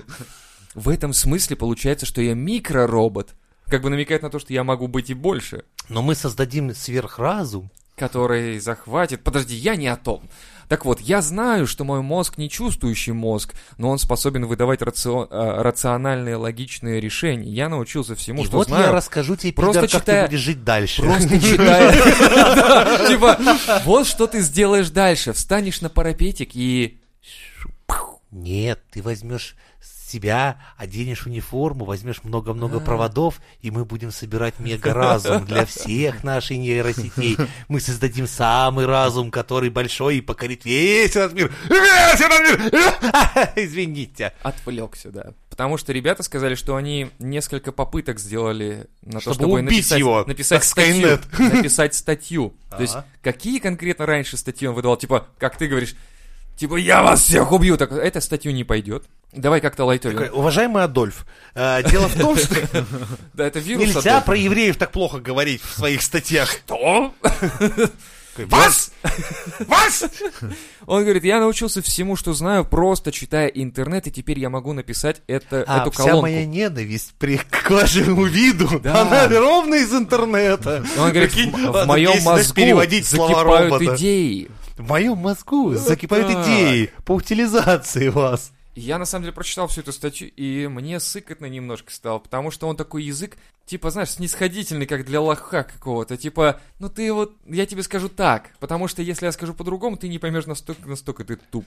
B: В этом смысле получается, что я микроробот. Как бы намекает на то, что я могу быть и больше.
C: Но мы создадим сверхразум.
B: который захватит... Подожди, я не о том. Так вот, я знаю, что мой мозг не чувствующий мозг, но он способен выдавать рацио- э, рациональные, логичные решения. Я научился всему,
C: И
B: Ну, что
C: вот
B: знаю.
C: я расскажу тебе,
B: Просто
C: пидор, как
B: читая-
C: ты будешь жить дальше.
B: Просто читая. Да, Типа, вот что ты сделаешь дальше. Встанешь на парапетик и...
C: Нет, ты возьмешь с себя, оденешь униформу, возьмешь много-много проводов, и мы будем собирать мегаразум для всех наших нейросетей. Мы создадим самый разум, который большой и покорит весь этот мир. Весь этот мир! Извините.
B: Отвлекся, да. Потому что ребята сказали, что они несколько попыток сделали на
C: Чтобы
B: то, чтобы
C: убить
B: написать,
C: его,
B: написать
C: как
B: статью.
C: Skynet.
B: Написать статью. То есть,
C: Ага.
B: какие конкретно раньше статьи он выдавал? Типа, как ты говоришь, типа, я вас всех убью. Так, эта статью не пойдет. Давай как-то
C: Такой,
B: лайтовенько.
C: Уважаемый Адольф, э, дело в том, что
B: Да, это вирус.
C: нельзя
B: Адольф.
C: про евреев так плохо говорить в своих статьях.
B: Что?
C: Вас! Вас!
B: Он говорит, я научился всему, что знаю, просто читая интернет, и теперь я могу написать это,
C: А
B: эту
C: вся
B: колонку.
C: моя ненависть при, к вашему виду,
B: Да.
C: она ровно из интернета.
B: Он говорит,
C: Прикинь,
B: в, м- в
C: ладно,
B: моем
C: если, знаешь,
B: мозгу
C: переводить слова
B: закипают
C: робота.
B: идеи.
C: В моем мозгу закипают
B: так.
C: идеи по утилизации вас.
B: И Я на самом деле прочитал всю эту статью, и мне сыкотно немножко стало, потому что он такой язык, типа, знаешь, снисходительный, как для лоха какого-то. Типа, ну ты вот, я тебе скажу так, потому что если я скажу по-другому, ты не поймешь настолько, настолько ты туп.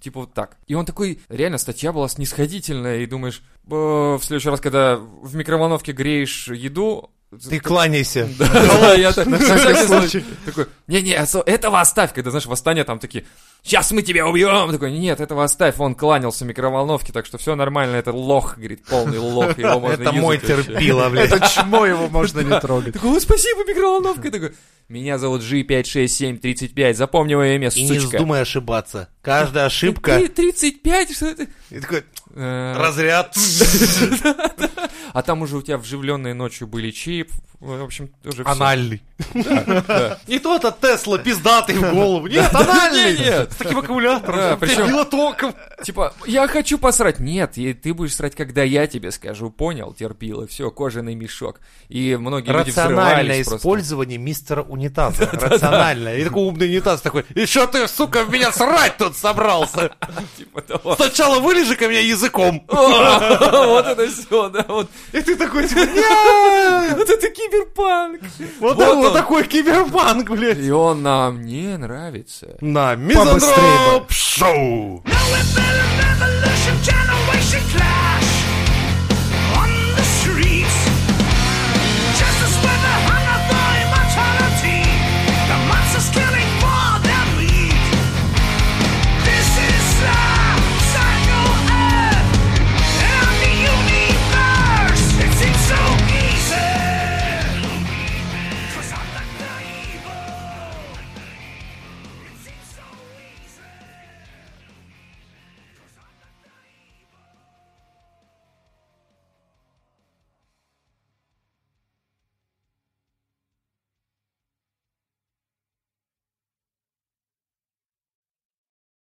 B: Типа вот так. И он такой, реально, статья была снисходительная, и думаешь, «Бо, в следующий раз, когда в микроволновке греешь еду,
C: Ты кланяйся.
B: Да, да, я так, на всякий
C: случай.
B: случай. Такой, не-не, осо- этого оставь, когда, знаешь, восстание там такие, сейчас мы тебя убьем. Такой, нет, этого оставь, он кланялся микроволновке, так что все нормально, это лох, говорит, полный лох, его можно
C: Это мой
B: юзать вообще.
C: терпила, блядь.
E: Это чмо его можно не трогать.
B: Такой, «О, спасибо, микроволновка. Такой, меня зовут G56735, запомни мое имя,
C: И не
B: сучка.
C: вздумай ошибаться. Каждая ошибка...
B: Ты 35, что это?
C: И такой
B: Э,
C: разряд.
B: А там уже у тебя вживленные ночью были чип, в общем, уже всё.
C: Анальный.
B: да.
C: Не тот от Тесла, пиздатый в голову. Нет, анальный.
B: Не-не.
C: С таким аккумулятором.
B: Да, причем-
C: Перебило током.
B: Типа, я хочу посрать. Нет, и ты будешь срать, когда я тебе скажу. Понял, терпил, и все, кожаный мешок. И многие люди
C: Рациональное
B: взрывались просто.
C: использование мистера унитаза. Рациональное. И такой умный унитаз такой, и что ты, сука, в меня срать тут собрался?
B: Типа того.
C: Сначала вылежи ко мне языком.
B: О, Вот это все, да, вот.
C: И ты такой, типа, «Нет,
B: Вот это киберпанк.
C: Вот,
B: Вот
C: он, вот
B: он.
C: такой киберпанк, блядь.
B: И он нам не нравится.
C: На
E: Побыстрее бы.
C: Мизантроп Шоу.
D: No, we've been an evolution generation clash.